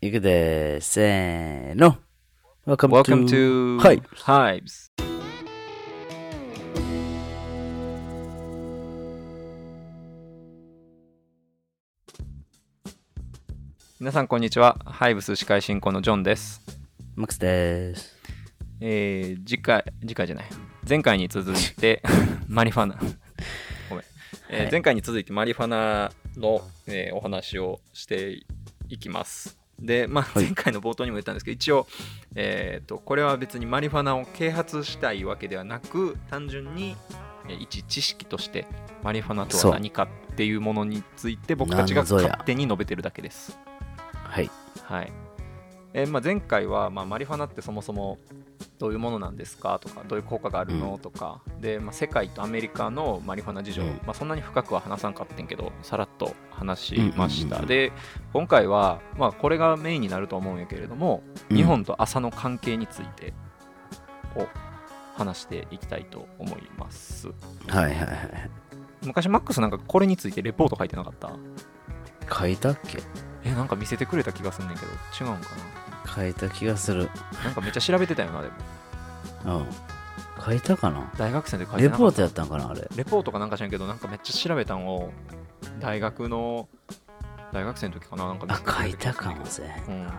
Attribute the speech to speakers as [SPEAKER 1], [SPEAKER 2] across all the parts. [SPEAKER 1] いくでーせーの Welcome,
[SPEAKER 2] Welcome to
[SPEAKER 1] Hive
[SPEAKER 2] Hives. 皆さんこんにちは。Hives 司会進行のジョンです。
[SPEAKER 1] マックスでーす
[SPEAKER 2] えー、次回、次回じゃない。前回に続い て、マリファナ。ごめん。えー
[SPEAKER 1] はい
[SPEAKER 2] 前回に続いてマリファナの、えーお話をしていきます。で、まあ、
[SPEAKER 1] はい
[SPEAKER 2] 前回の冒頭にも言ったんですけど、一応、えーと、これは別にマリファナを啓発したいわけではなく、単純に、えー一知識として、マリファナと
[SPEAKER 1] そう
[SPEAKER 2] は何かっていうものについて、僕たちが
[SPEAKER 1] なんぞや
[SPEAKER 2] 勝手に述べてるだけです。
[SPEAKER 1] はい
[SPEAKER 2] はいえーまあ、前回は、まあ、マリファナってそもそもどういうものなんですかとかどういう効果があるの、とかで、まあ、世界とアメリカのマリファナ事情、
[SPEAKER 1] うん
[SPEAKER 2] まあ、そんなに深くは話さんかってんけどさらっと話しました、
[SPEAKER 1] うんうんうんうん
[SPEAKER 2] で今回は、まあ、これがメインになると思うんやけれども、
[SPEAKER 1] うん
[SPEAKER 2] 日本と朝の関係についてを話していきたいと思います
[SPEAKER 1] はいはいはい
[SPEAKER 2] 昔マックスなんかこれについてレポート書いてなかった
[SPEAKER 1] 書いたっけ
[SPEAKER 2] えなんか見せてくれた気がすんねんけど違うんか
[SPEAKER 1] 書いた気がする
[SPEAKER 2] ななんかめっちゃ調べてたよなでも
[SPEAKER 1] うん書いたかな
[SPEAKER 2] 大学生で書いて
[SPEAKER 1] レ
[SPEAKER 2] なか
[SPEAKER 1] ポー
[SPEAKER 2] った
[SPEAKER 1] トやったんかなあれ
[SPEAKER 2] レポートかなんか知らんけどなんかめっちゃ調べたんを大学の大学生の時かななんか見せて
[SPEAKER 1] あ
[SPEAKER 2] く
[SPEAKER 1] 書
[SPEAKER 2] れ
[SPEAKER 1] い
[SPEAKER 2] 気
[SPEAKER 1] た
[SPEAKER 2] がする
[SPEAKER 1] か
[SPEAKER 2] んだ
[SPEAKER 1] もせん
[SPEAKER 2] けどうんま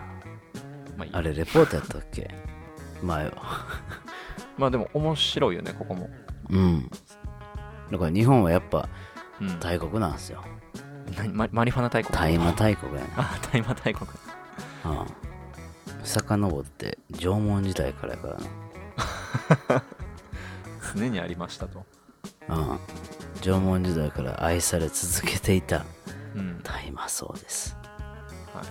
[SPEAKER 2] あいい
[SPEAKER 1] あれレポートやったっけ前は
[SPEAKER 2] まあでも面白いよねここも
[SPEAKER 1] うんだから日本はやっぱ
[SPEAKER 2] うん
[SPEAKER 1] 大国なんですよ
[SPEAKER 2] 何ママリファナ大国
[SPEAKER 1] 大麻大国やね
[SPEAKER 2] あ大麻大国
[SPEAKER 1] うん遡って縄文時代からやからな
[SPEAKER 2] 常にありましたと
[SPEAKER 1] うん、縄文時代から愛され続けていた
[SPEAKER 2] うん
[SPEAKER 1] 大麻草です。
[SPEAKER 2] はい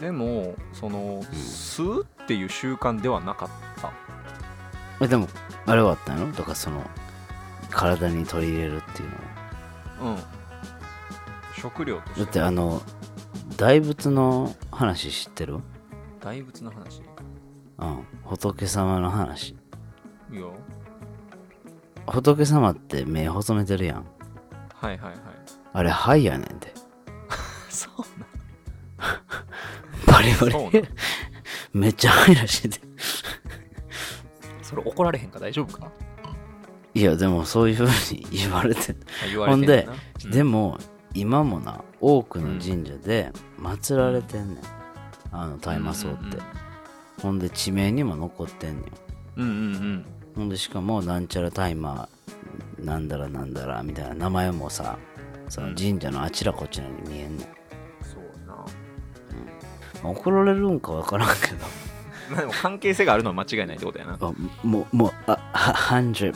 [SPEAKER 2] でもその吸うっていう習慣ではなかった
[SPEAKER 1] えでもあれはあったのとかその体に取り入れるっていうのは
[SPEAKER 2] うん食料と
[SPEAKER 1] だっ
[SPEAKER 2] して
[SPEAKER 1] てあの大仏の話知ってるうん
[SPEAKER 2] 大仏の話い
[SPEAKER 1] 仏様の話
[SPEAKER 2] いよ
[SPEAKER 1] 仏様って目細めてるやん
[SPEAKER 2] はいはいはい
[SPEAKER 1] あれ肺やねんで
[SPEAKER 2] そう
[SPEAKER 1] バリバ
[SPEAKER 2] そうな
[SPEAKER 1] リめっちゃ肺らしいで
[SPEAKER 2] それ怒られへんか大丈夫か
[SPEAKER 1] いやでもそういうふうに言われて
[SPEAKER 2] あ言われてんねなうん
[SPEAKER 1] でも今もな多くの神社で祀られてんねん、あの大麻草って、ほんで地名にも残ってんねん
[SPEAKER 2] うんうんうん
[SPEAKER 1] ほんでしかもなんちゃら大麻なんだらなんだらみたいな名前もさその神社のあちらこちらに見えんねん、
[SPEAKER 2] そうな
[SPEAKER 1] まあ怒られるんかわからんけ
[SPEAKER 2] まあでも関係性があるのは間違いないってことやな、うん、
[SPEAKER 1] どあもうもうあは100%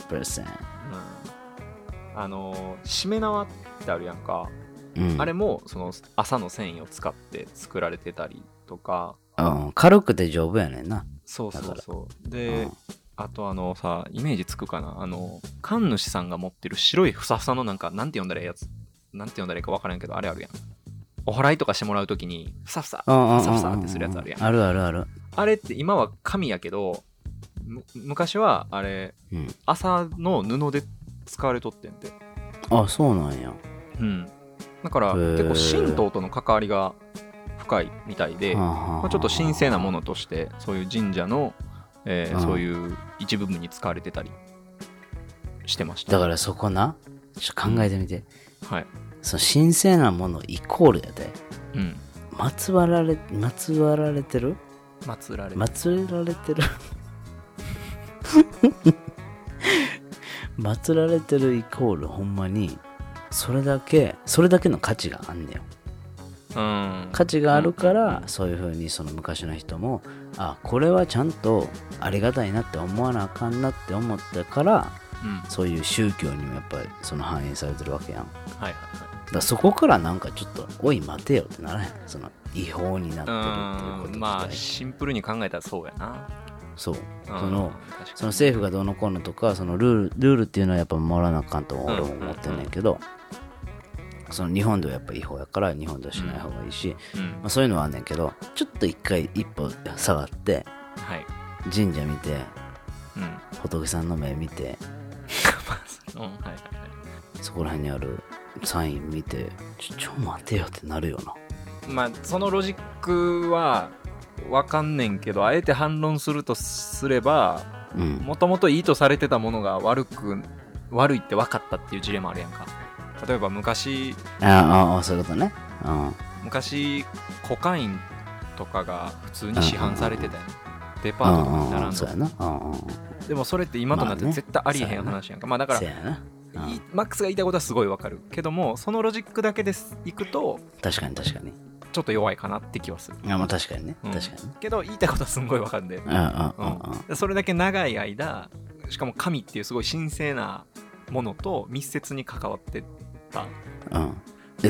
[SPEAKER 2] あのーしめ縄ってあるやんか、
[SPEAKER 1] うん、
[SPEAKER 2] あれもその朝の繊維を使って作られてたりとか
[SPEAKER 1] うん、軽くて丈夫やねんな。
[SPEAKER 2] そうそうそうで、
[SPEAKER 1] うん
[SPEAKER 2] あとあのさイメージつくかなあの神主さんが持ってる白いふさふさのなんかなんて呼んだらいいやつなんて呼んだらいいかわからんけどあれあるやんお祓いとかしてもらうときにふさふさ
[SPEAKER 1] うんうんうんうん
[SPEAKER 2] ふさふさってするやつあるやん
[SPEAKER 1] あるあるある。
[SPEAKER 2] あれって今は紙やけどむ昔はあれ
[SPEAKER 1] うん、
[SPEAKER 2] 麻の布で使われとってんで、
[SPEAKER 1] あ、そうなんや。
[SPEAKER 2] うん、だから
[SPEAKER 1] へー
[SPEAKER 2] 結構神道との関わりが深いみたいで、ま
[SPEAKER 1] ま
[SPEAKER 2] あ、ちょっと神聖なものとしてそういう神社の、えー
[SPEAKER 1] うん
[SPEAKER 2] そういう一部分に使われてたりしてました
[SPEAKER 1] だからそこな、ちょっと考えてみて、
[SPEAKER 2] はい
[SPEAKER 1] その神聖なものイコールやで、
[SPEAKER 2] うん
[SPEAKER 1] 祀られ、祀られてる
[SPEAKER 2] 祀られて
[SPEAKER 1] 祀られてる祀られてるイコールほんまに、それだけ、それだけの価値があんねよ。
[SPEAKER 2] うん
[SPEAKER 1] 価値があるから、そういうふうにその昔の人も、あ、これはちゃんとありがたいなって思わなあかんなって思ったから、
[SPEAKER 2] うんは
[SPEAKER 1] そういう宗教にもやっぱりその反映されてるわけやん。
[SPEAKER 2] いはいは
[SPEAKER 1] だからそこからなんかちょっと「おい待てよ」ってならへんその違法になってるっていうこと
[SPEAKER 2] いう
[SPEAKER 1] 自
[SPEAKER 2] ん
[SPEAKER 1] 体、
[SPEAKER 2] まあシンプルに考えたらそうやな
[SPEAKER 1] そう
[SPEAKER 2] うん
[SPEAKER 1] その
[SPEAKER 2] 確かに
[SPEAKER 1] その政府がどうのこうのとかそのルールルールっていうのはやっぱ守らなあかんと俺も思ってんねんけど、その日本ではやっぱ違法やから日本ではしない方がいいし、
[SPEAKER 2] うん
[SPEAKER 1] まあ、そういうのはあんねんけどちょっと一回一歩下がって
[SPEAKER 2] はい
[SPEAKER 1] 神社見て
[SPEAKER 2] うん
[SPEAKER 1] 仏さんの目見て
[SPEAKER 2] うんはいはいはい
[SPEAKER 1] そこら辺にあるサイン見てちょちょ待てよってなるよな
[SPEAKER 2] まあそのロジックはわかんねんけどあえて反論するとすれば
[SPEAKER 1] うん
[SPEAKER 2] もともといいとされてたものが悪く悪いって分かったっていう事例もあるやんか例えば昔
[SPEAKER 1] あああそういうことねうん
[SPEAKER 2] 昔コカインとかが普通に市販されてたやんデパートとかに
[SPEAKER 1] うんうんう
[SPEAKER 2] 並
[SPEAKER 1] ん
[SPEAKER 2] ん
[SPEAKER 1] そうや
[SPEAKER 2] だ
[SPEAKER 1] なうんうんうん
[SPEAKER 2] でもそれって今となって
[SPEAKER 1] まあね
[SPEAKER 2] 絶対ありえへん話やんかまあだか
[SPEAKER 1] そう
[SPEAKER 2] ら
[SPEAKER 1] やなうん
[SPEAKER 2] いマックスが言いたいことはすごい分かるけどもそのロジックだけですいくと
[SPEAKER 1] 確かに確かに
[SPEAKER 2] ちょっと弱いかなって気はする
[SPEAKER 1] あまあ確かにね
[SPEAKER 2] うん
[SPEAKER 1] 確かにね
[SPEAKER 2] けど言いたいことはすんごい分かるんで
[SPEAKER 1] うんうんうんうん
[SPEAKER 2] うん、それだけ長い間しかも神っていうすごい神聖なものと密接に関わってた
[SPEAKER 1] うん。
[SPEAKER 2] で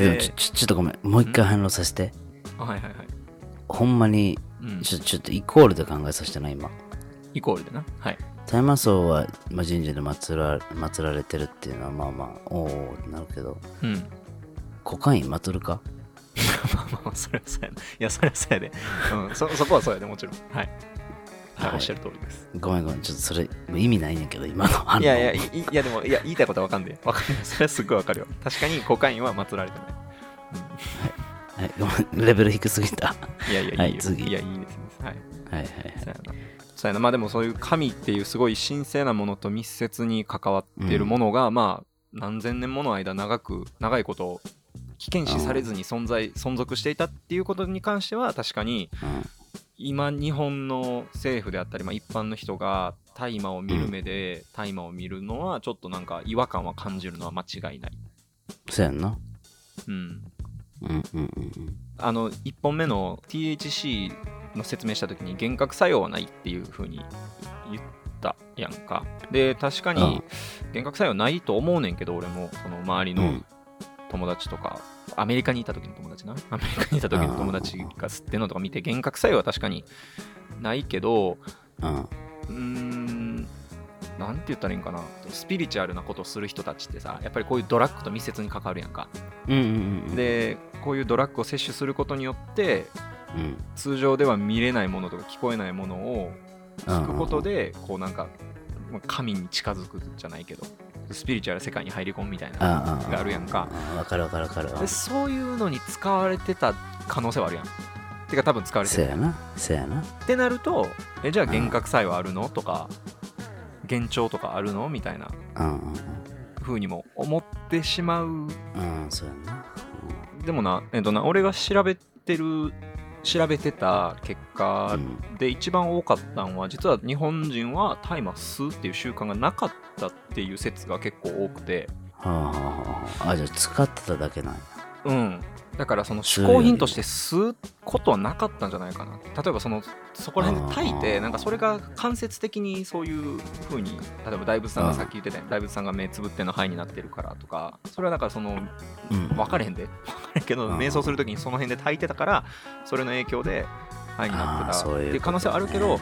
[SPEAKER 1] ででもちょちょちょっとごめん、もう一回反論させて。
[SPEAKER 2] あはいはいはい、
[SPEAKER 1] ほんまに、
[SPEAKER 2] うん、
[SPEAKER 1] ちょちょっとイコールで考えさせてない、今。
[SPEAKER 2] イコールでなはい
[SPEAKER 1] 大麻草は、まあ、神社で祀ら祀られてるっていうのは、まあまあ、おーおーってなるけど、
[SPEAKER 2] うん
[SPEAKER 1] コカイン祀るか
[SPEAKER 2] まあまあまあそれはそうやないやそれはそ うやで、うん、そそこはそうやでもちろんはい、はい
[SPEAKER 1] はい
[SPEAKER 2] おっしゃる通りです
[SPEAKER 1] ごめんごめん、ちょっとそれ、もう意味ないねんけど、今の反論。
[SPEAKER 2] いやいやいいいやでもいや言いたいことは分かんで分かるそれはすっごい分かるよ確かにコカインは祀られてない
[SPEAKER 1] はいごめん、レベル低すぎた。
[SPEAKER 2] いやいやいいよ、、
[SPEAKER 1] はいい
[SPEAKER 2] いです
[SPEAKER 1] 次
[SPEAKER 2] いやいいですねは
[SPEAKER 1] はいはいは
[SPEAKER 2] い
[SPEAKER 1] い。
[SPEAKER 2] そうやな。そうやな。まあでもそういう神っていうすごい神聖なものと密接に関わってるものが、まあ何千年もの間長く、長いこと危険視されずに存在、存続していたっていうことに関しては確かに今日本の政府であったり、まあ、一般の人が大麻を見る目で大麻を見るのはちょっとなんか違和感は感じるのは間違いない。
[SPEAKER 1] そうやんな。
[SPEAKER 2] うん。
[SPEAKER 1] うんうんうんうん。
[SPEAKER 2] あの1本目の THC の説明した時に幻覚作用はないっていう風に言ったやんかで確か
[SPEAKER 1] うん
[SPEAKER 2] に幻覚作用ないと思うねんけど俺もその周り
[SPEAKER 1] う
[SPEAKER 2] の
[SPEAKER 1] ん
[SPEAKER 2] 友達とか、アメリカにいた時の友達なアメリカにいた時の友達が吸ってんのとか見て幻覚作用は確かにないけど
[SPEAKER 1] うん
[SPEAKER 2] うーんなんて言ったらいいんかなスピリチュアルなことをする人たちってさやっぱりこういうドラッグと密接に関わるやんか
[SPEAKER 1] うんうんうん。、
[SPEAKER 2] でこういうドラッグを摂取することによって
[SPEAKER 1] うん。
[SPEAKER 2] 通常では見れないものとか聞こえないものを聞くこと
[SPEAKER 1] で、
[SPEAKER 2] でこうなんかまあ神に近づくじゃないけどスピリチュアルな世界に入り込むみたい
[SPEAKER 1] うんう
[SPEAKER 2] なん
[SPEAKER 1] うん。
[SPEAKER 2] があるやんか
[SPEAKER 1] う。わかるわかるわかる。
[SPEAKER 2] でそういうのに使われてた可能性はあるやんてか多分使われて
[SPEAKER 1] そ
[SPEAKER 2] る
[SPEAKER 1] うやな。そうやな。
[SPEAKER 2] ってなるとえじゃあ幻覚作用あるのとか幻聴とかあるのみたいな
[SPEAKER 1] うんうん
[SPEAKER 2] 風にも思ってしまう
[SPEAKER 1] うん。うん、そうやな。
[SPEAKER 2] でもなえっとな俺が調べてる調べてた結果
[SPEAKER 1] うん
[SPEAKER 2] で一番多かったのは実は日本人は大麻吸うっていう習慣がなかったっていう説が結構多くて
[SPEAKER 1] はあはあはああじゃあ使ってただけなんや
[SPEAKER 2] うんだからその嗜好品として吸うことはなかったんじゃないかな例えばそのそこら辺で炊い
[SPEAKER 1] あ
[SPEAKER 2] て
[SPEAKER 1] ー
[SPEAKER 2] なんかそれが間接的にそういう風に例えば大仏さんがさっき言ってたように大仏さんが目つぶっての肺になってるからとかそれはだからその
[SPEAKER 1] うん
[SPEAKER 2] 分かれへんで分かれへんけど
[SPEAKER 1] うん
[SPEAKER 2] 瞑想するときにその辺で炊いてたからそれの影響で肺になって
[SPEAKER 1] あー
[SPEAKER 2] た
[SPEAKER 1] そういう
[SPEAKER 2] っ
[SPEAKER 1] ことね
[SPEAKER 2] ていう可能性はあるけど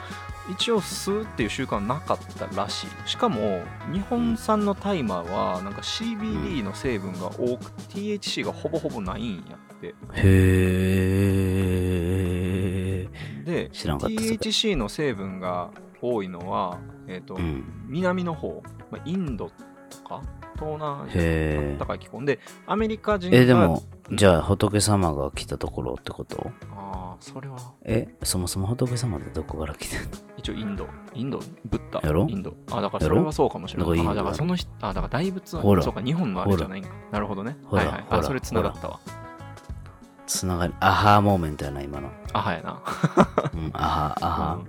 [SPEAKER 2] 一応吸うっていう習慣はなかったらしいしかも日本産のタイマーはなんか CBD の成分が多く THC がほぼほぼないんやって
[SPEAKER 1] へえ
[SPEAKER 2] で
[SPEAKER 1] 知らんかったそれ
[SPEAKER 2] THC の成分が多いのは、えーと
[SPEAKER 1] うん
[SPEAKER 2] 南の方、まあインドとか東南アジア
[SPEAKER 1] へ
[SPEAKER 2] の高い気候でアメリカ人
[SPEAKER 1] え
[SPEAKER 2] が
[SPEAKER 1] えでもじゃあ仏様が来たところってこと
[SPEAKER 2] あーそれは
[SPEAKER 1] えそもそも仏様ってどこから来てんの
[SPEAKER 2] 一応インド、インド、ブッダ、
[SPEAKER 1] やろ
[SPEAKER 2] インド。あ、だから
[SPEAKER 1] や
[SPEAKER 2] そ
[SPEAKER 1] ろ
[SPEAKER 2] れはそうかもしれ
[SPEAKER 1] だから
[SPEAKER 2] ない。
[SPEAKER 1] インド
[SPEAKER 2] あ、だから
[SPEAKER 1] だ
[SPEAKER 2] その人、あ、だから大仏
[SPEAKER 1] ほ
[SPEAKER 2] は、
[SPEAKER 1] ら
[SPEAKER 2] そうか、日本のあれじゃないんか。なるほどね。
[SPEAKER 1] ほ
[SPEAKER 2] は
[SPEAKER 1] ら
[SPEAKER 2] いはい。
[SPEAKER 1] ほ
[SPEAKER 2] あ、
[SPEAKER 1] ら
[SPEAKER 2] それ繋がったわ。
[SPEAKER 1] つながりアハーモーメントやな今の、
[SPEAKER 2] あ、はいやな。
[SPEAKER 1] うん、アハアハ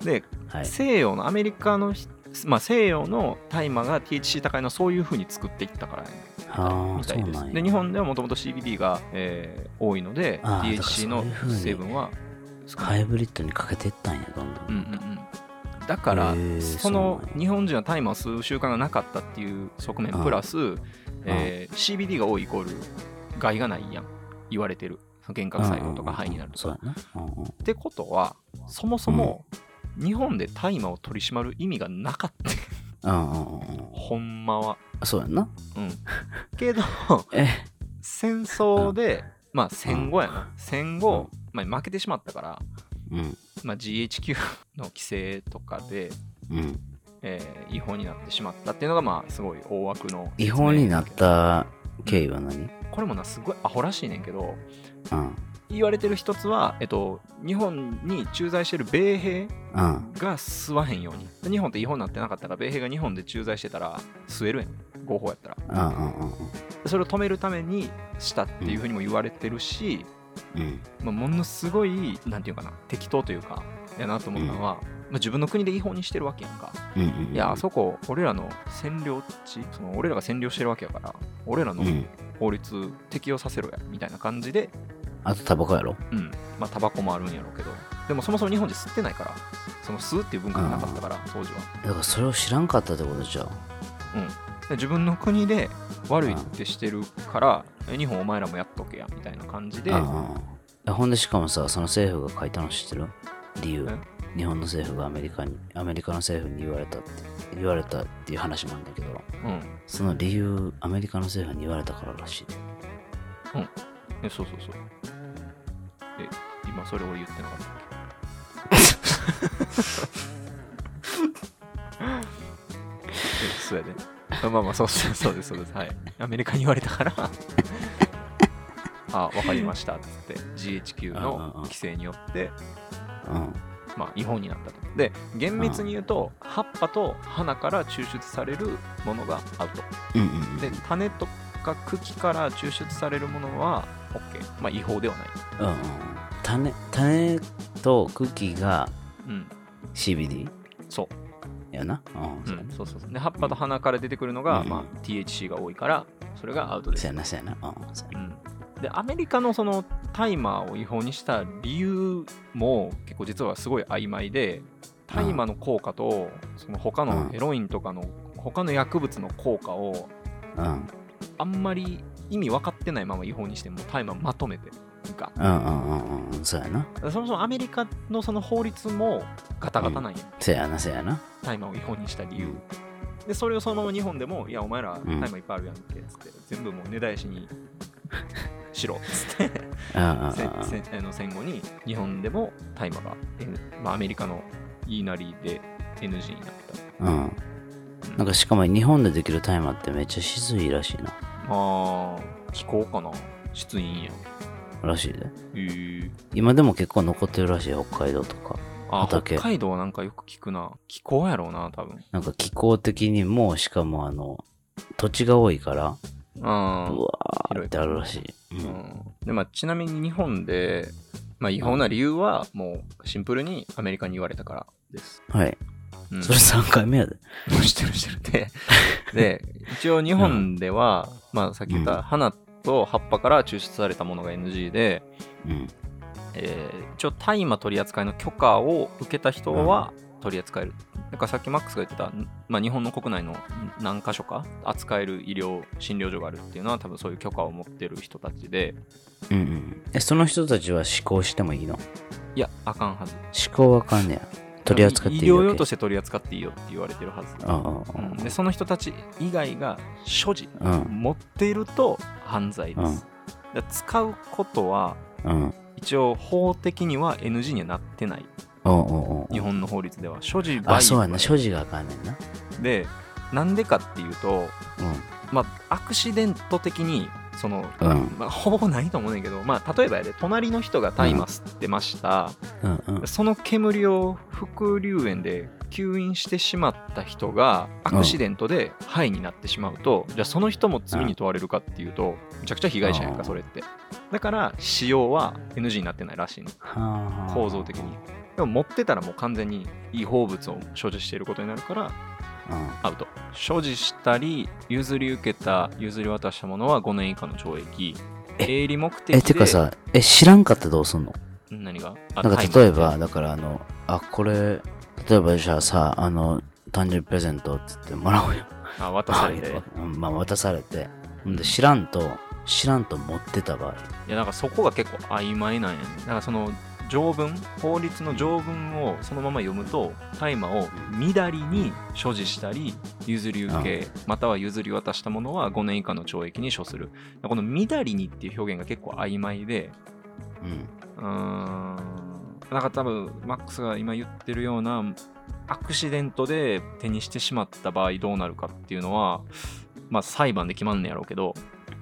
[SPEAKER 2] うんで、
[SPEAKER 1] はい
[SPEAKER 2] 西洋のアメリカのひ、まあ、西洋の大麻が THC 高いのはそういうふうに作っていったからね
[SPEAKER 1] あ
[SPEAKER 2] み
[SPEAKER 1] あそ
[SPEAKER 2] たいうで
[SPEAKER 1] な
[SPEAKER 2] す。
[SPEAKER 1] ん
[SPEAKER 2] で、
[SPEAKER 1] や
[SPEAKER 2] 日本ではもともと CBD が、えー多いので、
[SPEAKER 1] あー
[SPEAKER 2] THC
[SPEAKER 1] だ
[SPEAKER 2] の
[SPEAKER 1] からそういうふうに
[SPEAKER 2] 成分は少ない
[SPEAKER 1] ハイブリッドにかけてったんやどんどん、
[SPEAKER 2] うんうんうん、だから、
[SPEAKER 1] へー
[SPEAKER 2] そ
[SPEAKER 1] そう
[SPEAKER 2] の
[SPEAKER 1] なんや
[SPEAKER 2] 日本人は大麻を吸う習慣がなかったっていう側面
[SPEAKER 1] うん
[SPEAKER 2] プラス、えー CBD が多いイコール害がないやん言われてるその幻覚作用とか肺になると
[SPEAKER 1] そ
[SPEAKER 2] か、
[SPEAKER 1] うやな、うんうん、
[SPEAKER 2] ってことはそもそも日本で大麻を取り締まる意味がなかった
[SPEAKER 1] うんうんうんうん
[SPEAKER 2] ほんまは
[SPEAKER 1] そうやんな
[SPEAKER 2] うんけど
[SPEAKER 1] え
[SPEAKER 2] 戦争で、まあ戦後やな、
[SPEAKER 1] う
[SPEAKER 2] 戦後、まあ、負けてしまったから、
[SPEAKER 1] うん
[SPEAKER 2] まあ、GHQ の規制とかで
[SPEAKER 1] うん
[SPEAKER 2] えー違法になってしまったっていうのがまあすごい大枠の
[SPEAKER 1] 違法になった経緯は何
[SPEAKER 2] これもなすごいアホらしいねんけど
[SPEAKER 1] うん
[SPEAKER 2] 言われてる一つは、えっと、日本に駐在してる米兵
[SPEAKER 1] うん
[SPEAKER 2] が吸わへんようにで日本って違法になってなかったから米兵が日本で駐在してたら吸えるやん合法やったら
[SPEAKER 1] うんうんうん
[SPEAKER 2] それを止めるためにしたっていうふうにも言われてるし、
[SPEAKER 1] うん
[SPEAKER 2] まあ、ものすごいなんていうかな適当というかやなと思ったのは、まあ、自分の国で違法にしてるわけやんか
[SPEAKER 1] うんうんうん
[SPEAKER 2] いやあそこ俺らの占領地その俺らが占領してるわけやから俺らの
[SPEAKER 1] うん
[SPEAKER 2] 法律適用させろやみたいな感じで
[SPEAKER 1] あとタバコやろ
[SPEAKER 2] うん、まあタバコもあるんやろうけどでもそもそも日本で吸ってないからその吸うっていう文化がなかったから当時は
[SPEAKER 1] だからそれを知らんかったってことじゃん
[SPEAKER 2] で自分の国で悪いってしてるからえ日本お前らもやっとけやみたいな感じで
[SPEAKER 1] うんうんうんえほんでしかもさその政府が書いたの知ってる理由日本の政府がアメリカにアメリカの政府に言われたって言われたっていう話もあるんだけど
[SPEAKER 2] うん
[SPEAKER 1] その理由アメリカの政府に言われたかららしい
[SPEAKER 2] えそうそうそうえ今それ俺言ってなかったっけ えそうや であまあまあそうそうそうですそうですはいアメリカに言われたから あわかりましたっつって GHQ
[SPEAKER 1] うんうんうん
[SPEAKER 2] の規制によって
[SPEAKER 1] うん
[SPEAKER 2] まあ違法になったとで厳密に言うと葉っぱと花から抽出されるものがアウト
[SPEAKER 1] うんうんうん
[SPEAKER 2] で種とか茎から抽出されるものは OK まあ違法ではない
[SPEAKER 1] うんうんうん種種と茎が
[SPEAKER 2] うん、
[SPEAKER 1] CBD
[SPEAKER 2] そ
[SPEAKER 1] やなうん
[SPEAKER 2] う、
[SPEAKER 1] そうやな
[SPEAKER 2] そうそうそうで葉っぱと花から出てくるのが、
[SPEAKER 1] うん
[SPEAKER 2] まあ、THC が多いからそれがアウトで
[SPEAKER 1] そ
[SPEAKER 2] す、
[SPEAKER 1] うやなそうやなうんそうや
[SPEAKER 2] うん、でアメリカのその大麻を違法にした理由も結構実はすごい曖昧で大麻の効果とその他の
[SPEAKER 1] うん
[SPEAKER 2] ヘロインとかの他の薬物の効果を
[SPEAKER 1] なうん
[SPEAKER 2] あんまり意味分かってないまま違法にしてもう大麻まとめてが
[SPEAKER 1] うんうんうんうんそうやな
[SPEAKER 2] そもそもアメリカのその法律もガタガタなんや、
[SPEAKER 1] そうやなそうやな
[SPEAKER 2] 大麻を違法にした理由、でそれをそのまま日本でも「いやお前ら
[SPEAKER 1] ん
[SPEAKER 2] 大麻いっぱいあるやんけ」っつって全部もう根絶やしにしろっつって
[SPEAKER 1] うんうんうん
[SPEAKER 2] 戦戦あの戦後に日本でも大麻が、N まあ、アメリカの言いなりで NG になった
[SPEAKER 1] うんなんかしかも日本でできる大麻ってめっちゃ静いらしいな
[SPEAKER 2] あー気候かな出院や
[SPEAKER 1] らしいで
[SPEAKER 2] へえ
[SPEAKER 1] 今でも結構残ってるらしい北海道とか
[SPEAKER 2] あ
[SPEAKER 1] 畑
[SPEAKER 2] 北海道なんかよく聞くな気候やろうな多分
[SPEAKER 1] なんか気候的にもしかもあの土地が多いから
[SPEAKER 2] うん
[SPEAKER 1] うわーってあるらしい、うん
[SPEAKER 2] うんでまあ、ちなみに日本で、まあ、違法な理由はもうシンプルにアメリカに言われたからです。
[SPEAKER 1] はい
[SPEAKER 2] うん、
[SPEAKER 1] それ3回目やで
[SPEAKER 2] してるしてるって。で、一応日本では、まあ、さっき言っ
[SPEAKER 1] うん
[SPEAKER 2] た花と葉っぱから抽出されたものが NG で、
[SPEAKER 1] うん
[SPEAKER 2] えー一応大麻取扱いの許可を受けた人は取り扱える。なんかさっきマックスが言ってた、まあ、日本の国内の何箇所か扱える医療診療所があるっていうのは多分そういう許可を持ってる人たちで
[SPEAKER 1] うんうんえその人たちは思考してもいいの
[SPEAKER 2] いやあかんはず
[SPEAKER 1] 思考わかんねや取り扱っていい
[SPEAKER 2] 医
[SPEAKER 1] わ
[SPEAKER 2] 療
[SPEAKER 1] け
[SPEAKER 2] 用として取り扱っていいよって言われてるはず、
[SPEAKER 1] うんうん
[SPEAKER 2] うんでその人たち以外が所持、
[SPEAKER 1] うん
[SPEAKER 2] 持っていると犯罪です、で使うことは
[SPEAKER 1] うんうん
[SPEAKER 2] 一応法的には NG にはなってない
[SPEAKER 1] うんうんうん
[SPEAKER 2] 日本の法律では所持
[SPEAKER 1] あそうや
[SPEAKER 2] 売
[SPEAKER 1] な
[SPEAKER 2] 買
[SPEAKER 1] 所持があかんねんな
[SPEAKER 2] でなんでかっていうと、まあ、アクシデント的にその、
[SPEAKER 1] うんうん
[SPEAKER 2] まあ、ほぼないと思うねんけど、まあ、例えばやで隣の人が大麻吸ってました、
[SPEAKER 1] うんうん
[SPEAKER 2] その煙を副流煙で吸引してしまった人がアクシデントで肺になってしまうと、じゃあその人も罪に問われるかっていうとめちゃくちゃ被害者やん
[SPEAKER 1] あー
[SPEAKER 2] かそれってだから使用は NG になってないらしいの
[SPEAKER 1] はあはあ
[SPEAKER 2] 構造的にでも持ってたらもう完全に違法物を所持していることになるから
[SPEAKER 1] うん
[SPEAKER 2] アウト所持したり譲り受けた譲り渡したものは5年以下の懲役営利目的で
[SPEAKER 1] えてかさえ知らんかったらどうすんの
[SPEAKER 2] 何が
[SPEAKER 1] なんか例え、
[SPEAKER 2] あタイマー
[SPEAKER 1] ば、だからあの、あ、これ、例えばじゃあさ、あの、誕生日プレゼントって言ってもらおうよ。
[SPEAKER 2] あ渡されて
[SPEAKER 1] うんまあ渡されて。ほんで、知らんと、知らんと持ってた場合。
[SPEAKER 2] いやなんかそこが結構曖昧なんやねだからその条文法律の条文をそのまま読むと大麻をみだりに所持したり譲り受けまたは譲り渡したものは5年以下の懲役に処するこの「みだりに」っていう表現が結構曖昧で
[SPEAKER 1] うん。
[SPEAKER 2] うーんなんか多分マックスが今言ってるようなアクシデントで手にしてしまった場合どうなるかっていうのはまあ裁判で決まんねやろうけど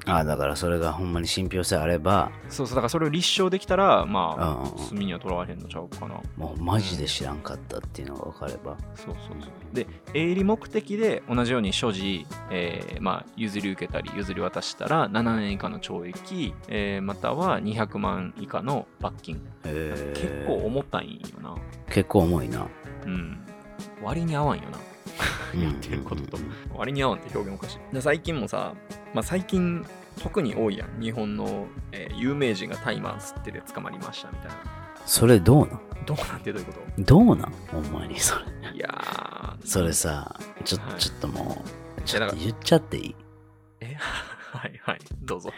[SPEAKER 1] ああだからそれがほんまに信憑性あれば、
[SPEAKER 2] そうそうだからそれを立証できたら
[SPEAKER 1] うんうん
[SPEAKER 2] ま
[SPEAKER 1] うん
[SPEAKER 2] あ罪にはとらわれへんのちゃうかな
[SPEAKER 1] もうマジで知らんかったっていうのが分かれば、
[SPEAKER 2] そうそうそうで営利目的で同じように所持、えーまあ、譲り受けたり譲り渡したら7年以下の懲役、えーまたは200万以下の罰金
[SPEAKER 1] えー
[SPEAKER 2] 結構重たいんよな
[SPEAKER 1] 結構重いな、
[SPEAKER 2] うん割に合わんよな
[SPEAKER 1] うん
[SPEAKER 2] やってることと
[SPEAKER 1] うんうん
[SPEAKER 2] 割に合わんって表現おかしいで最近もさ、まあ、最近特に多いやん日本の、えー有名人が大麻吸ってで捕まりましたみたいな
[SPEAKER 1] それどうなん
[SPEAKER 2] どうなんてどういうこ
[SPEAKER 1] どうなんほんまにそれ
[SPEAKER 2] といやー
[SPEAKER 1] それさちょ
[SPEAKER 2] はい
[SPEAKER 1] ちょっともうちょ
[SPEAKER 2] や
[SPEAKER 1] っ
[SPEAKER 2] だ
[SPEAKER 1] と
[SPEAKER 2] か
[SPEAKER 1] 言っちゃってい
[SPEAKER 2] え はいはいどうぞ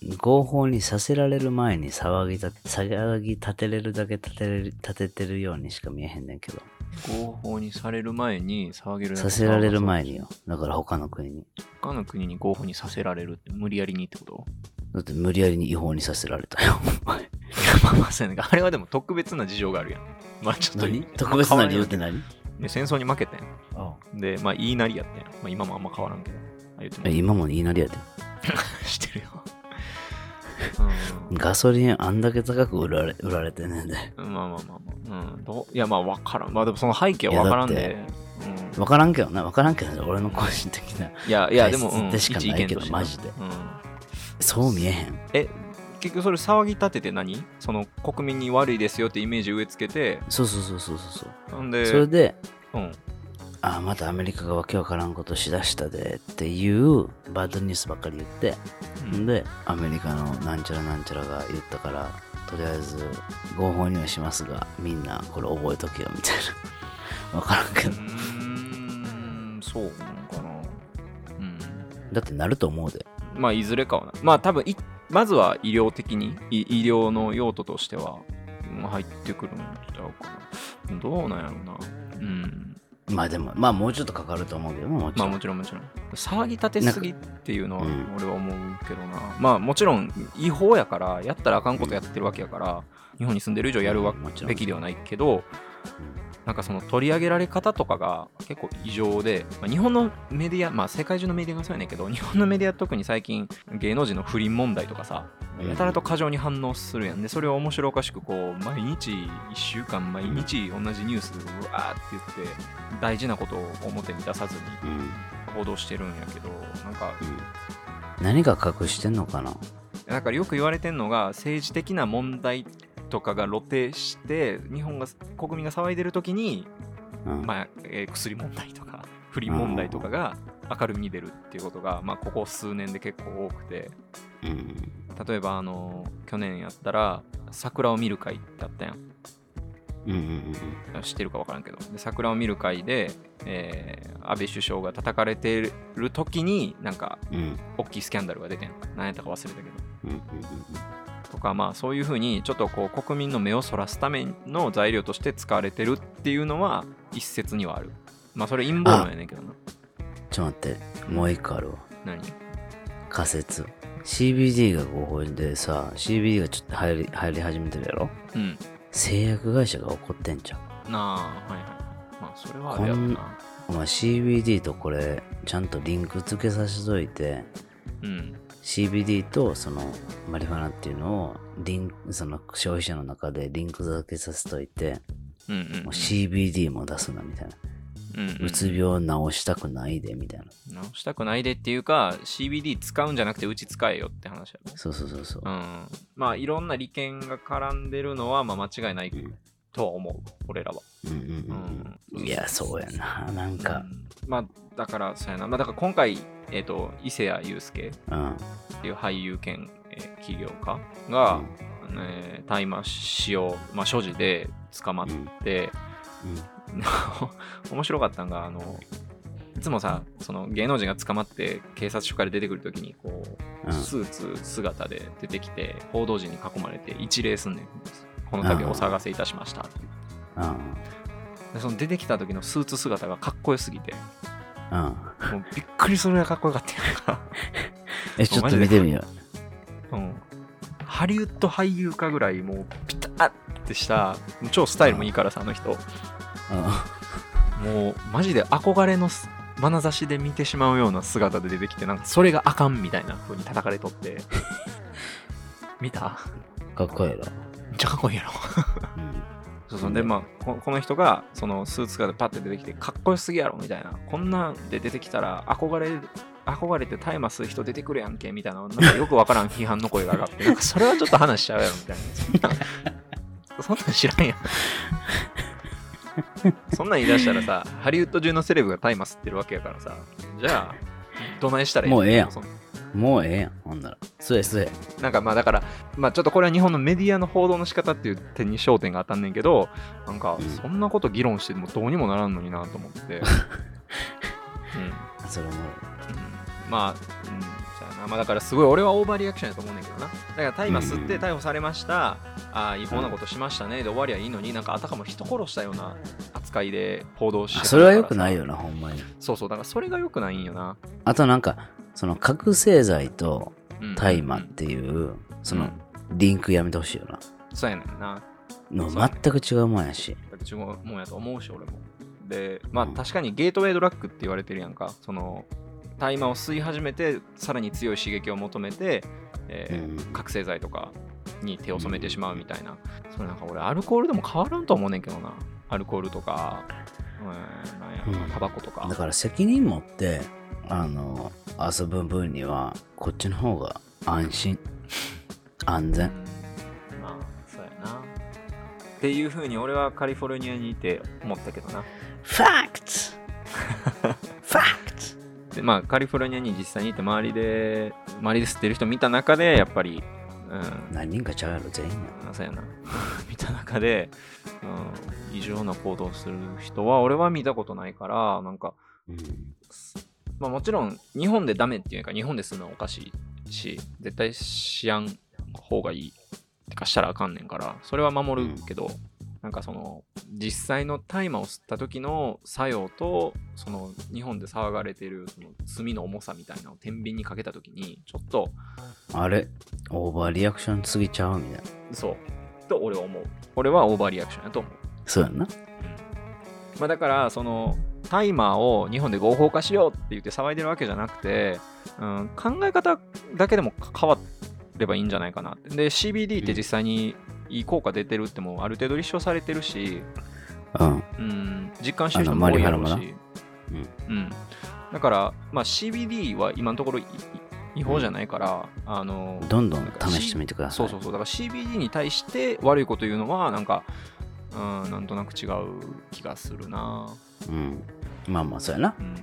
[SPEAKER 1] い合法にさせられる前に騒ぎた騒ぎ立てれるだけ立てれる立ててるようにしか見えへんねんけど
[SPEAKER 2] 合法にされる前に騒げる
[SPEAKER 1] させられる前によだから他の国に
[SPEAKER 2] 他の国に合法にさせられるって無理やりにってこと
[SPEAKER 1] だって無理やりに違法にさせられたよお前
[SPEAKER 2] まあまあそうやねんあれはでも特別な事情があるやんまあちょっと
[SPEAKER 1] 何特別な理由って何
[SPEAKER 2] ね戦争に負けてんでまあ言いなりやってん、まあ、今もあんま変わらんけどあ言っても
[SPEAKER 1] え今も言いなりやで
[SPEAKER 2] してるよ。
[SPEAKER 1] ガソリンあんだけ高く売られ売られてんねんで
[SPEAKER 2] うん、まあまあまあまあ。うん、どういやまあ分からん。まあでもその背景は分からん
[SPEAKER 1] いや
[SPEAKER 2] で。
[SPEAKER 1] 分からんけどな分からんけど俺の個人的な
[SPEAKER 2] うん、いやいやでも、
[SPEAKER 1] 解
[SPEAKER 2] うん、
[SPEAKER 1] 説でしかないけど
[SPEAKER 2] 一意見としてな
[SPEAKER 1] マジで
[SPEAKER 2] うん
[SPEAKER 1] そう見えへん
[SPEAKER 2] え、結局それ騒ぎ立てて何その国民に悪いですよってイメージ植え付けて、
[SPEAKER 1] そうそうそうそうそうそう
[SPEAKER 2] ほんで、
[SPEAKER 1] それで
[SPEAKER 2] うん、
[SPEAKER 1] ああまたアメリカがわけわからんことしだしたでっていうバッドニュースばっかり言って、
[SPEAKER 2] うん
[SPEAKER 1] ん、でアメリカのなんちゃらなんちゃらが言ったからとりあえず合法にはしますがみんなこれ覚えとけよみたいな わからんけ
[SPEAKER 2] う
[SPEAKER 1] ど
[SPEAKER 2] ーん、そうなのかな。うん。
[SPEAKER 1] だってなると思うで
[SPEAKER 2] まあいずれかはな。まあ多分い、まずは医療的に、い医療の用途としては、うん入ってくるんちゃうかな。どうなんやろうな。うん。
[SPEAKER 1] まあでもまあもうちょっとかかると思うけどもちろ
[SPEAKER 2] まあ
[SPEAKER 1] ん、
[SPEAKER 2] もちろんもちろん。騒ぎ立てすぎっていうのは
[SPEAKER 1] なんか
[SPEAKER 2] 俺は思うけどな。まあもちろん違法やから、やったらあかんことやってるわけやから、日本に住んでる以上やるわ
[SPEAKER 1] もちろん
[SPEAKER 2] べきではないけど、なんかその取り上げられ方とかが結構異常で、まあ、日本のメディア、まあ世界中のメディアがそうやねんけど、日本のメディア特に最近芸能人の不倫問題とかさ、
[SPEAKER 1] うん
[SPEAKER 2] やたらと過剰に反応するやんで、それを面白おかしくこう、毎日、1週間毎日同じニュースをうわーって言って、大事なことを表に出さずに
[SPEAKER 1] うんうん
[SPEAKER 2] 報道してるんやけど、なんか、
[SPEAKER 1] 何が隠してんのかな
[SPEAKER 2] だからよく言われてんのが政治的な問題とかが露呈して日本が国民が騒いでる時に、
[SPEAKER 1] うん、
[SPEAKER 2] まあえー薬問題とか不倫問題とかが明るみに出るっていうことが、まあ、ここ数年で結構多くて
[SPEAKER 1] うん
[SPEAKER 2] 例えばあの去年やったら桜を見る会だったやん
[SPEAKER 1] うんうんうん
[SPEAKER 2] 知ってるか分からんけどで桜を見る会で、えー安倍首相が叩かれてる時になんか
[SPEAKER 1] うんうん
[SPEAKER 2] 大きいスキャンダルが出てん何やったか忘れたけど
[SPEAKER 1] うんうん
[SPEAKER 2] とかまあそういうふうにちょっとこう国民の目をそらすための材料として使われてるっていうのは一説にはあるまあそれ陰謀論やねんけどな
[SPEAKER 1] ちょっと待ってもう一個あるわ
[SPEAKER 2] 何
[SPEAKER 1] 仮説 CBD が合法でさ CBD がちょっと入り入り始めてるやろ
[SPEAKER 2] うん
[SPEAKER 1] 製薬会社が怒ってんじゃん
[SPEAKER 2] なあはいはいはいまあそれはあれやろな
[SPEAKER 1] お前 CBD とこれちゃんとリンク付けさせといて
[SPEAKER 2] うん
[SPEAKER 1] CBD とそのマリファナっていうのをリンクその消費者の中でリンク付けさせといて
[SPEAKER 2] うんうんうん
[SPEAKER 1] もう CBD も出すなみたいな
[SPEAKER 2] うんうん
[SPEAKER 1] うつ病治したくないでみたいな
[SPEAKER 2] 直したくないでっていうか CBD 使うんじゃなくてうち使えよって話やろ
[SPEAKER 1] そうそうそうそう
[SPEAKER 2] うんまあいろんな利権が絡んでるのはまあ間違いない
[SPEAKER 1] うん
[SPEAKER 2] とは思う俺らは
[SPEAKER 1] うんうんうんうんいやそうやななんか
[SPEAKER 2] うんまあだからそうやな、まあ、だから今回、えー、と伊勢谷友介
[SPEAKER 1] うん
[SPEAKER 2] っていう俳優兼、えー起業家が、
[SPEAKER 1] うん
[SPEAKER 2] えー大麻使用、まあ、所持で捕まって、 面白かったんがあのいつもさその芸能人が捕まって警察署から出てくるときにこう、
[SPEAKER 1] うん
[SPEAKER 2] スーツ姿で出てきて報道陣に囲まれて一礼すんねんこの度お騒がせいたしましたって言って
[SPEAKER 1] うん
[SPEAKER 2] でその出てきた時のスーツ姿がかっこよすぎて
[SPEAKER 1] うん
[SPEAKER 2] もうびっくりするぐらいかっこよかったやんか
[SPEAKER 1] えちょっと見てみよう
[SPEAKER 2] うん、ハリウッド俳優かぐらいもうピタッてした 超スタイルもいいからさあの人
[SPEAKER 1] うん
[SPEAKER 2] もうマジで憧れのす眼差しで見てしまうような姿で出てきてなんかそれがあかんみたいな風に叩かれとって見た
[SPEAKER 1] かっこいいやろ。
[SPEAKER 2] めっちゃかっこいいやろ
[SPEAKER 1] うん。
[SPEAKER 2] そうそうでまあここの人がそのスーツからパッて出てきてかっこよすぎやろみたいなこんなんで出てきたら憧れ憧れて大麻吸う人出てくるやんけみたいななんかよくわからん批判の声が上がってなん かそれはちょっと話しちゃうやろみたいなそんなそん なん知らんやんそんなん言い出したらさハリウッド中のセレブが大麻吸ってるわけやからさじゃあどないしたらいい
[SPEAKER 1] もうええやん
[SPEAKER 2] その
[SPEAKER 1] もうええやん、ほんなら。すえすえ。
[SPEAKER 2] なんかまあだから、まあ、ちょっとこれは日本のメディアの報道の仕方っていう点に焦点が当たんねんけどなんか
[SPEAKER 1] うん
[SPEAKER 2] そんなこと議論してもどうにもならんのにな と思って、うんうん
[SPEAKER 1] それも、
[SPEAKER 2] まあ、うんそうやなまあ、だからすごい俺はオーバーリアクションやと思うねんけどなだから大麻吸って逮捕されました、ああ違法なことしましたねで終わりはいいのになんかあたかも人殺したような扱いで報道して
[SPEAKER 1] あそれは良く
[SPEAKER 2] い
[SPEAKER 1] ないよな、ほんまに。
[SPEAKER 2] そうそうだからそれがよくないんよな、
[SPEAKER 1] あとなんか、その覚醒剤と
[SPEAKER 2] うん、
[SPEAKER 1] 大麻っていう、そ
[SPEAKER 2] うん
[SPEAKER 1] のリンクやめてほしいよな。
[SPEAKER 2] そうやねんな
[SPEAKER 1] もう
[SPEAKER 2] そうね
[SPEAKER 1] 全く違うもんやし。
[SPEAKER 2] だって中国もんやと思うし俺もでまあ
[SPEAKER 1] うん
[SPEAKER 2] 確かにゲートウェイドラッグって言われてるやんかその大麻を吸い始めてさらに強い刺激を求めて、えー
[SPEAKER 1] うん
[SPEAKER 2] 覚醒剤とかに手を染めてしまうみたいな、それなんか俺アルコールでも変わらんと思うねんけどなアルコールとか、うん、なんやろな
[SPEAKER 1] うん
[SPEAKER 2] タバコとか
[SPEAKER 1] だから責任持って、あの、遊ぶ分には、こっちの方が安心、安 全。
[SPEAKER 2] まあそうやなっていうふうに俺はカリフォルニアにいて思ったけどな
[SPEAKER 1] ファクツファクツ
[SPEAKER 2] でまあカリフォルニアに実際にいて周りで周りで吸ってる人見た中でやっぱりうん
[SPEAKER 1] 何人かちゃうやろ、全員や。
[SPEAKER 2] そうやな 見た中で、うん、異常な行動する人は俺は見たことないからなんか、
[SPEAKER 1] うん
[SPEAKER 2] まあ、もちろん日本でダメっていうか日本でするのはおかしいし絶対しやん方がいいってかしたらあかんねんからそれは守るけど、なんかその実際の大麻を吸った時の作用とその日本で騒がれてるその罪の重さみたいなのを天秤にかけた時にちょっと
[SPEAKER 1] あれオーバーリアクションすぎちゃうみたいな。
[SPEAKER 2] そうと俺は思う俺はオーバーリアクションやと思う
[SPEAKER 1] そうやんな。
[SPEAKER 2] まあ、だからそのタイマーを日本で合法化しようって言って騒いでるわけじゃなくて、うん、考え方だけでも変わればいいんじゃないかなってで CBD って実際にいい効果出てるってもうある程度立証されてるし、
[SPEAKER 1] うん。
[SPEAKER 2] うん、実感してる人も多いだろう
[SPEAKER 1] あのマ
[SPEAKER 2] し
[SPEAKER 1] リ、
[SPEAKER 2] うん、だから、まあ、CBD は今のところいい違法じゃないから、あの
[SPEAKER 1] どんどん試してみてくださ
[SPEAKER 2] そ
[SPEAKER 1] い。
[SPEAKER 2] うそうそうだから CBD に対して悪いこと言うのはなんか、うん、なんとなく違う気がするな
[SPEAKER 1] うん。まあまあ、そうやな。
[SPEAKER 2] うん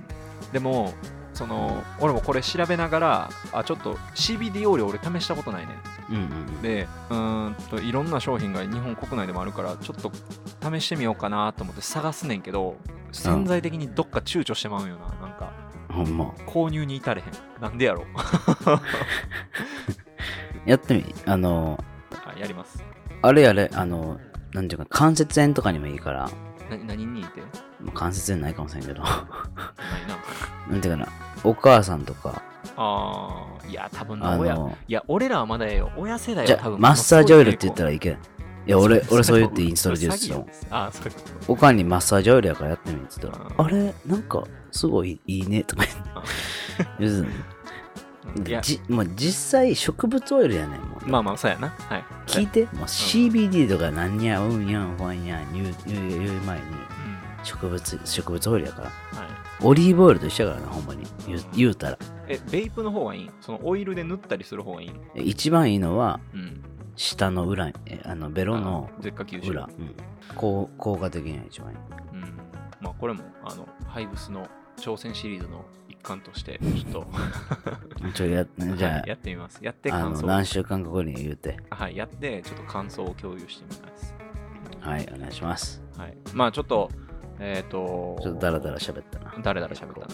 [SPEAKER 2] でもその俺もこれ調べながらあちょっと CBD オイル俺試したことないね
[SPEAKER 1] うんうんうん。
[SPEAKER 2] でうーんといろんな商品が日本国内でもあるからちょっと試してみようかなと思って探すねんけど潜在的にどっか躊躇してまうんよななんか
[SPEAKER 1] ほんま。
[SPEAKER 2] 購入に至れへんなんで やろ
[SPEAKER 1] やってみ、あの、
[SPEAKER 2] あやります
[SPEAKER 1] あれやれ、あの、なんていうか、関節炎とかにもいいから、
[SPEAKER 2] な何にいて
[SPEAKER 1] まあ関節炎ないかもしれんけど、
[SPEAKER 2] ないな
[SPEAKER 1] なんていうかな、お母さんとか、
[SPEAKER 2] あーいや多分な
[SPEAKER 1] あ
[SPEAKER 2] 親
[SPEAKER 1] の、
[SPEAKER 2] いや俺らはまだええよ親世代
[SPEAKER 1] じ
[SPEAKER 2] は
[SPEAKER 1] ゃ
[SPEAKER 2] 多
[SPEAKER 1] あ
[SPEAKER 2] 分
[SPEAKER 1] マッサージオイルって言った
[SPEAKER 2] ら
[SPEAKER 1] らいけん。いや、俺、俺そう言ってインストールデュースしたもん。
[SPEAKER 2] ああそういうこと
[SPEAKER 1] おかんにマッサージオイルやからやってみるって言ったら、
[SPEAKER 2] うん
[SPEAKER 1] あれなんか、すごいいいねとか言って。
[SPEAKER 2] うんいや
[SPEAKER 1] じもう実際植物オイルやねんもん、
[SPEAKER 2] まあまあそうやなはい
[SPEAKER 1] 聞いてもう CBD とか何やうんやんほんやん言う言う言う前に
[SPEAKER 2] うん
[SPEAKER 1] 植物植物オイルやから
[SPEAKER 2] はい
[SPEAKER 1] オリーブオイルと一緒やからなほんまに言う言うたら
[SPEAKER 2] えベイプの方がいいんそのオイルで塗ったりする方がいいん
[SPEAKER 1] 一番いいのは
[SPEAKER 2] うん
[SPEAKER 1] 下の裏にえあのベロの
[SPEAKER 2] 舌下吸収
[SPEAKER 1] 裏、うん、効効果的には一番いい
[SPEAKER 2] うんまあこれもあのハイブスの挑戦シリーズの一環としてちょっと
[SPEAKER 1] ちょや じゃ
[SPEAKER 2] はいやってみますやって
[SPEAKER 1] ああ
[SPEAKER 2] 感
[SPEAKER 1] の
[SPEAKER 2] 想
[SPEAKER 1] 何週間か後に言うて
[SPEAKER 2] はいやってちょっと感想を共有してみます
[SPEAKER 1] はいお願いします
[SPEAKER 2] はいまあちょっとえっ、と
[SPEAKER 1] ちょっとダラダラ喋ったな
[SPEAKER 2] だらだら喋ったな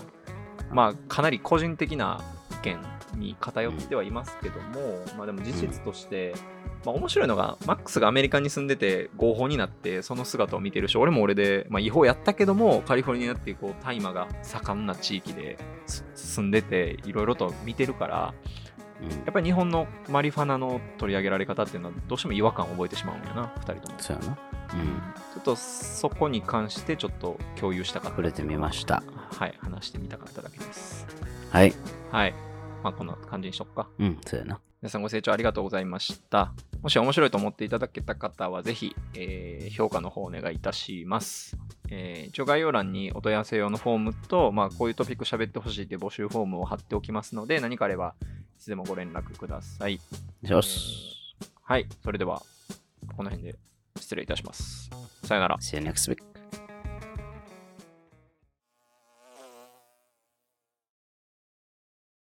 [SPEAKER 2] まあかなり個人的な意見に偏ってはいますけども、まあでも事実として、まあ面白いのがマックスがアメリカに住んでて合法になってその姿を見てるし俺も俺で、まあ、違法やったけどもカリフォルニアっていうこう大麻が盛んな地域です住んでていろいろと見てるから
[SPEAKER 1] うん
[SPEAKER 2] やっぱり日本のマリファナの取り上げられ方っていうのはどうしても違和感を覚えてしまうんやな2人ともち
[SPEAKER 1] そうやなうん
[SPEAKER 2] ょっとそこに関してちょっと共有したかった
[SPEAKER 1] 触れてみました
[SPEAKER 2] はい話してみたかっただけです
[SPEAKER 1] はい
[SPEAKER 2] はいまあこんな感じにしとくか
[SPEAKER 1] うんそうやな
[SPEAKER 2] 皆さんご清聴ありがとうございましたもし面白いと思っていただけた方はぜひ、えー評価の方お願いいたします、えー一応概要欄にお問い合わせ用のフォームと、まあ、こういうトピック喋ってほしいという募集フォームを貼っておきますので何かあればいつでもご連絡ください
[SPEAKER 1] よし
[SPEAKER 2] はい、それでは、この辺で失礼いたします。さよなら。
[SPEAKER 1] See you next week